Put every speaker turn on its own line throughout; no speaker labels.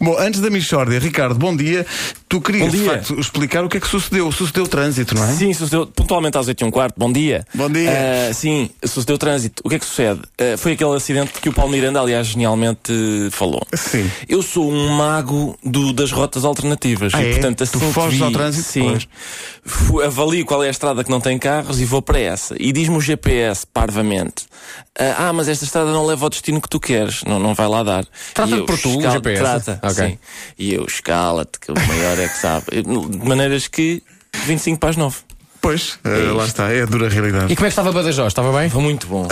Bom, antes da Michórdia, Ricardo, bom dia. Tu querias,
Bom
de
dia.
facto, explicar o que é que sucedeu. Sucedeu trânsito, não é?
Sim, sucedeu pontualmente às 8 h quarto. Bom dia.
Bom dia.
Ah, sim, sucedeu trânsito. O que é que sucede? Ah, foi aquele acidente que o Paulo Miranda, aliás, genialmente eh, falou.
Sim.
Eu sou um mago do- das rotas alternativas.
Ah,
e,
é?
portanto, assim
Tu
que
foges
vi-
ao trânsito
sim,
depois?
fu- avalio qual é a estrada que não tem carros e vou para essa. E diz-me o GPS, parvamente: Ah, ah, mas esta estrada não leva ao destino que tu queres, não, não vai lá dar.
Trata-te
E eu,
por tu, o
escala-
GPS?
Trata,
Ok.
sim. E eu, escala-te, que o maior é que sabe. De maneiras que 25 para as 9.
Pois, eh, lá está, é a dura
E
realidade.
como é que estava Badajoz? Estava bem?
Foi Ah, muito bom.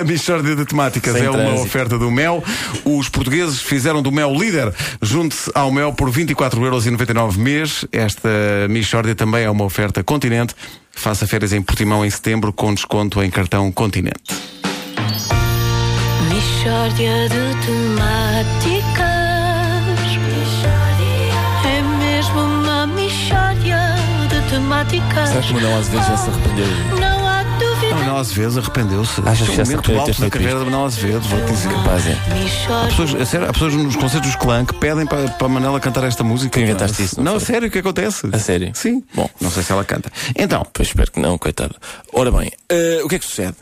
A Michórdia de Temáticas
Sem
é uma
trânsito.
oferta do Mel. Os portugueses fizeram do Mel líder. Junte-se ao Mel por 24,99€ mês. Esta Michórdia também é uma oferta Continente. Faça férias em Portimão em setembro com desconto em cartão Continente.
Mistória de temáticas. É mesmo uma mistória de temáticas.
Será que o Manuel às vezes já se arrependeu?
Não há
Então, O
dúvida.
Manuel Azevedo arrependeu-se.
Achas
Este
que já se
é o momento
arrependeu de ter
alto da
feito
carreira do Manuel Azevedo, vou dizer.
Capaz é.
Há
Mistória.
pessoas, a sério, há pessoas nos concertos dos clã que pedem para, para a Manela cantar esta música.
Tu inventaste isso, não
Não, a
foi?
sério, o que acontece?
A sério?
Sim.
Bom.
não sei se ela canta. Então,
Pois espero que não, coitado. Ora bem, eh, o que é que sucede?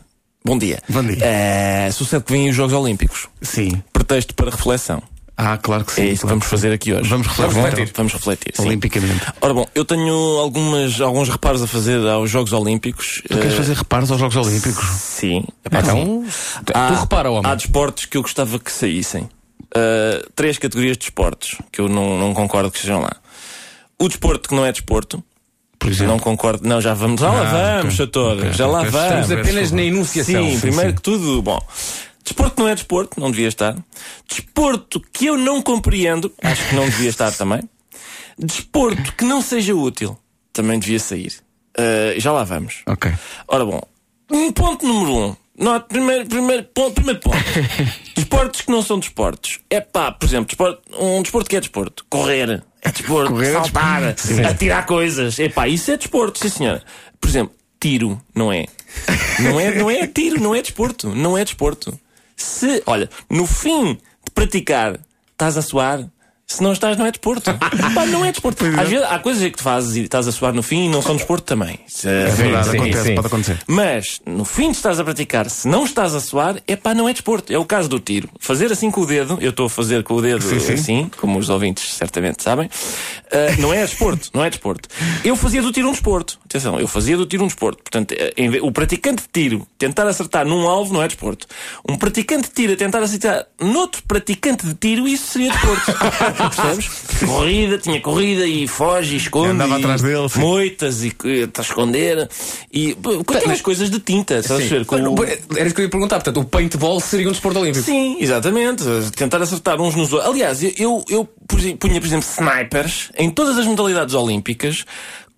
Bom dia.
Bom dia.
Eh, sucede que vêm os Jogos Olímpicos.
sim.
Pretexto para reflexão.
Ah, claro que sim.
É isso que vamos fazer aqui hoje.
Vamos refletir.
Vamos refletir. sim.
Olimpicamente.
Ora bom, eu tenho algumas, alguns reparos a fazer aos Jogos Olímpicos. Eh,
Tu queres fazer reparos aos Jogos Olímpicos?
Sim. Epá, sim.
Então, tu
Há-
repara, homem.
Há desportos que eu gostava que saíssem. Uh, três categorias de desportos que eu não, não concordo que sejam lá. O desporto que não é desporto.
Por
Não
exemplo.
concordo. Não, já vamos. Já lá
Ah,
vamos,
ok.
Chator.
Ok,
Já lá
ok.
vamos.
Estamos apenas na enunciação.
Sim,
Sim,
primeiro
sim.
que tudo, bom. Desporto que não é desporto, não devia estar. Desporto que eu não compreendo, acho que não devia estar também. Desporto que não seja útil, também devia sair. Ah, já lá vamos.
Ok.
Ora bom, um ponto número um. Note, primeiro, primeiro, ponto, primeiro ponto. Desportos que não são desportos. É pá, por exemplo, desporto- um desporto que é desporto. Correr. É desporto.
Correr é
saltar. Atirar coisas. É pá, isso é desporto, sim senhora. Por exemplo, tiro, não é? Não é, não é tiro, não é desporto. Não é desporto. Se, olha, no fim de praticar, estás a suar. Se não estás, não é desporto. Pá, não é desporto. Às vezes, há coisas que tu fazes e estás a suar no fim e não são desporto também. Isso é-
É verdade,
sim,
acontece,
sim.
pode acontecer.
mas, no fim de estás a praticar, se não estás a suar, é pá, não é desporto. É o caso do tiro. Fazer assim com o dedo, eu estou a fazer com o dedo
Sim, sim.
assim, como os ouvintes certamente sabem, ah, não é desporto, não é desporto. Eu fazia do tiro um desporto. Atenção, eu fazia do tiro um desporto. Portanto, eh, em vez- o praticante de tiro tentar acertar num alvo não é desporto. Um praticante de tiro a tentar acertar noutro praticante de tiro, isso seria desporto. Percebes? Corrida, tinha corrida e foge e esconde.
Andava
e
atrás dele, sim.
Moitas e eh, está a esconder. E pô, aquelas coisas de tinta, estás a ver? Com o-
Era isso que eu ia perguntar. Portanto, o paintball seria um desporto olímpico.
Sim, exatamente. Tentar acertar uns nos outros. Aliás, eu, eu, eu por exemplo, punha, por exemplo, snipers em todas as modalidades olímpicas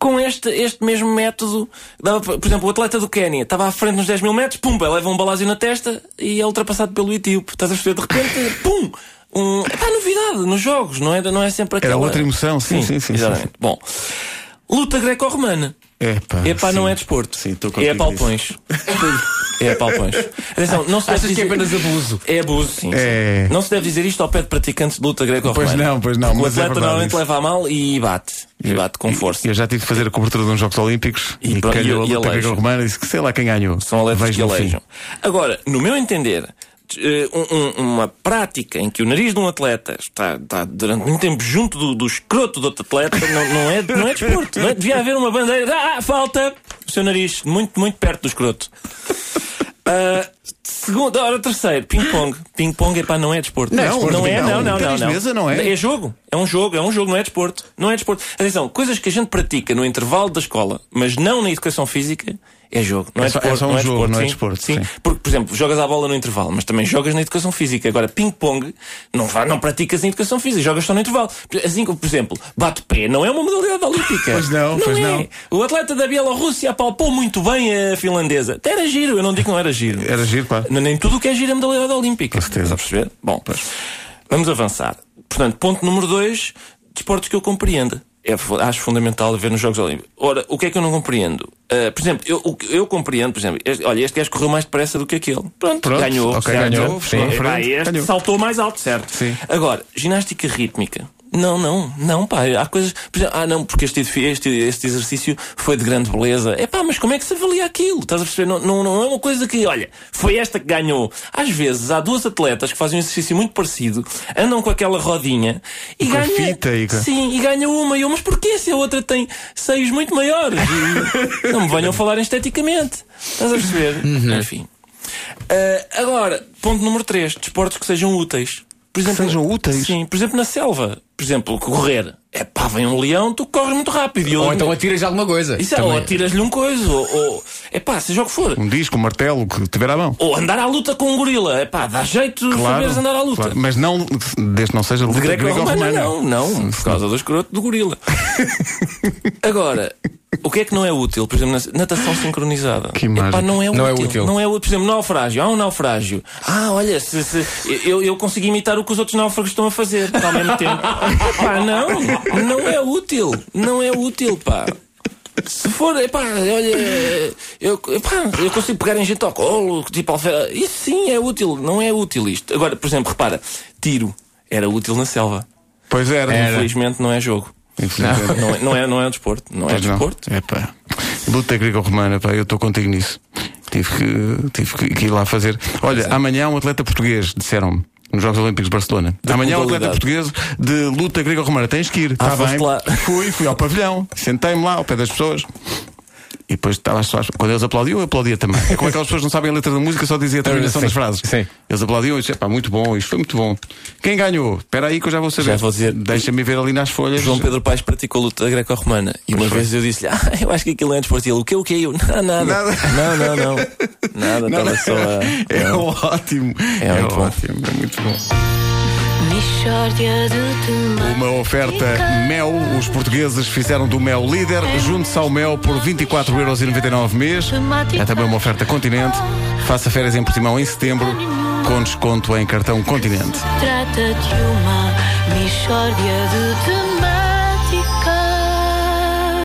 com este, este mesmo método. Dava, por por exemplo, o atleta do Quénia estava à frente nos 10 mil metros, pumba, leva um balásio na testa e é ultrapassado pelo etíope. Estás a perceber? De repente, pum! Um, epá, novidade nos jogos, não é, não é sempre aquela.
outra emoção, sim, sim, sim,
Exatamente.
sim, sim.
Bom, luta greco-romana.
Epá,
Epá,
sim.
não é desporto.
Sim, estou
é
contigo
palpões. é palpões. Atenção, não se deve
Achas que é
dizer-
apenas abuso?
É abuso, sim.
É.
sim. Não se deve dizer isto ao pé de praticantes de luta greco-romana.
Pois não, pois não,
O
mas é
atleta
verdade
normalmente
isso.
leva a mal e bate. E bate com força.
Eu já tive de fazer a cobertura de uns Jogos Olímpicos
E
e,
pronto,
calhou a
e- e
luta
aleijam.
greco-romana e disse que sei lá quem ganhou.
São alertas
Vejo
que
no fim.
alejam. Agora, no meu entender, eh, um- um- uma prática em que o nariz de um atleta está, está durante muito tempo junto do, do escroto do outro atleta não, não é, não é desporto. não é? Devia haver uma bandeira. Ah, falta! O seu nariz, muito, muito perto do escroto. Ah, segunda, hora terceiro, ping-pong. Ping-pong é pá, não é desporto.
Não, é desporto,
não é,
não.
não, não, não.
Ténis de mesa não é.
É jogo, é um jogo, é um jogo, não é desporto. Não é desporto. Atenção, coisas que a gente pratica no intervalo da escola, mas não na educação física, é jogo. Não
É
é,
só- é
desporto.
só um
não é
jogo,
desporto,
não é
sim.
desporto,
Sim.
sim.
Porque, por exemplo, jogas à bola no intervalo, mas também jogas na educação física. Agora, ping-pong, não, vá- não praticas em educação física, jogas só no intervalo. Assim como, por exemplo, bate-pé não é uma modalidade olímpica.
Pois não, pois
é.
não.
O atleta da Bielorrússia apalpou muito bem a finlandesa. Até era giro, eu não digo que não era giro.
Era giro, claro.
N- Nem tudo o que é giro é modalidade olímpica.
Com certeza.
Está a perceber? Bom, vamos avançar. Portanto, ponto número dois desportos que eu compreendo. É, fu- acho fundamental ver nos Jogos Olímpicos. Ora, o que é que eu não compreendo? Ah, por exemplo, eu, o que- eu compreendo, por exemplo, este- olha, este gajo correu mais depressa do que aquele. Pronto,
Pronto,
ganhou.
ok,
certo?
ganhou, chegou à
Sim. Pá,
frente,
este
ganhou.
saltou mais alto, certo?
Sim.
Agora, ginástica rítmica. Não, não, não, pá, há coisas. por exemplo, ah, não, porque este, edifi- este, este exercício foi de grande beleza. É pá, mas como é que se avalia aquilo? Estás a perceber? Não, não, não é uma coisa que, olha, foi esta que ganhou. Às vezes há duas atletas que fazem um exercício muito parecido, andam com aquela rodinha e
Com a
ganham.
fita e com-
Sim, e ganha uma e eu, mas porquê se a outra tem seios muito maiores? E não me venham falar esteticamente. Estás a perceber?
Uhum.
Enfim. Ah, agora, ponto número 3, desportos que sejam úteis. Por exemplo,
sejam úteis?
Sim, por exemplo, na selva. Por exemplo, correr. É pá, vem um leão, tu corres muito rápido. E eu-
Ou então atiras alguma coisa.
Isso é,
Também.
ou atiras-lhe um coisa, ou, ou é pá, seja o que for.
Um disco, um martelo, o que tiver à mão.
Ou andar à luta com um gorila. É pá, dá jeito de saberes andar à luta.
claro. Mas não, desde que não seja
De
luta
greco-romana,
greco-romana.
não, não, por causa do escroto do gorila. Agora, o que é que não é útil? Por exemplo, na- natação sincronizada.
Que imagem.
Epá, não, é
Não é
útil.
útil.
Não é útil. Por exemplo, naufrágio. Há um naufrágio. Ah, olha, se, se- eu, eu consigo imitar o que os outros náufragos estão a fazer ao mesmo tempo. Pá, não, não é útil. Não é útil, pá. Se for, epá, olha, eu, epá, eu consigo pegar em gente ao colo, tipo alfera. Isso sim é útil, não é útil isto. Agora, por exemplo, repara, tiro era útil na selva.
Pois era.
Infelizmente não é jogo.
Infelizmente.
Não é, não é, não é um desporto. Não é
Pois não.
desporto.
Epá. Luta greco-romana, pá, eu estou contigo nisso. Tive que, tive que- que ir lá fazer. Olha, amanhã há um atleta português, disseram-me. Nos Jogos Olímpicos de Barcelona. Amanhã há um atleta português de luta greco-romana. Tens que ir.
Ah,
Tá
foste
bem.
lá.
Fui, fui ao pavilhão, sentei-me lá ao pé das pessoas. E depois estava só. Quando eles aplaudiam, eu aplaudia também. É como aquelas pessoas que não sabem a letra da música, só dizia a terminação
Sim.
das frases.
Sim.
Eles aplaudiam e disseram, pá, muito bom, isto foi muito bom. Quem ganhou? Espera aí que eu já vou saber.
Já vou dizer.
Deixa-me ver ali nas folhas.
João Pedro Paes praticou luta greco-romana e uma vez eu disse-lhe, ah, eu acho que aquilo é um desporto. E ele, o que, o que é eu? Não, nada.
Nada.
Não, não, não. Nada, estava só a.
É
não.
ótimo. É,
muito bom.
ótimo, é muito bom.
Mishória de temáticas.
Uma oferta Mel. Os portugueses fizeram do Mel líder. Junte-se ao Mel por 24,99€ mês. É também uma oferta Continente. Faça férias em Portimão em setembro com desconto em cartão Continente.
Trata de uma mishória de temáticas.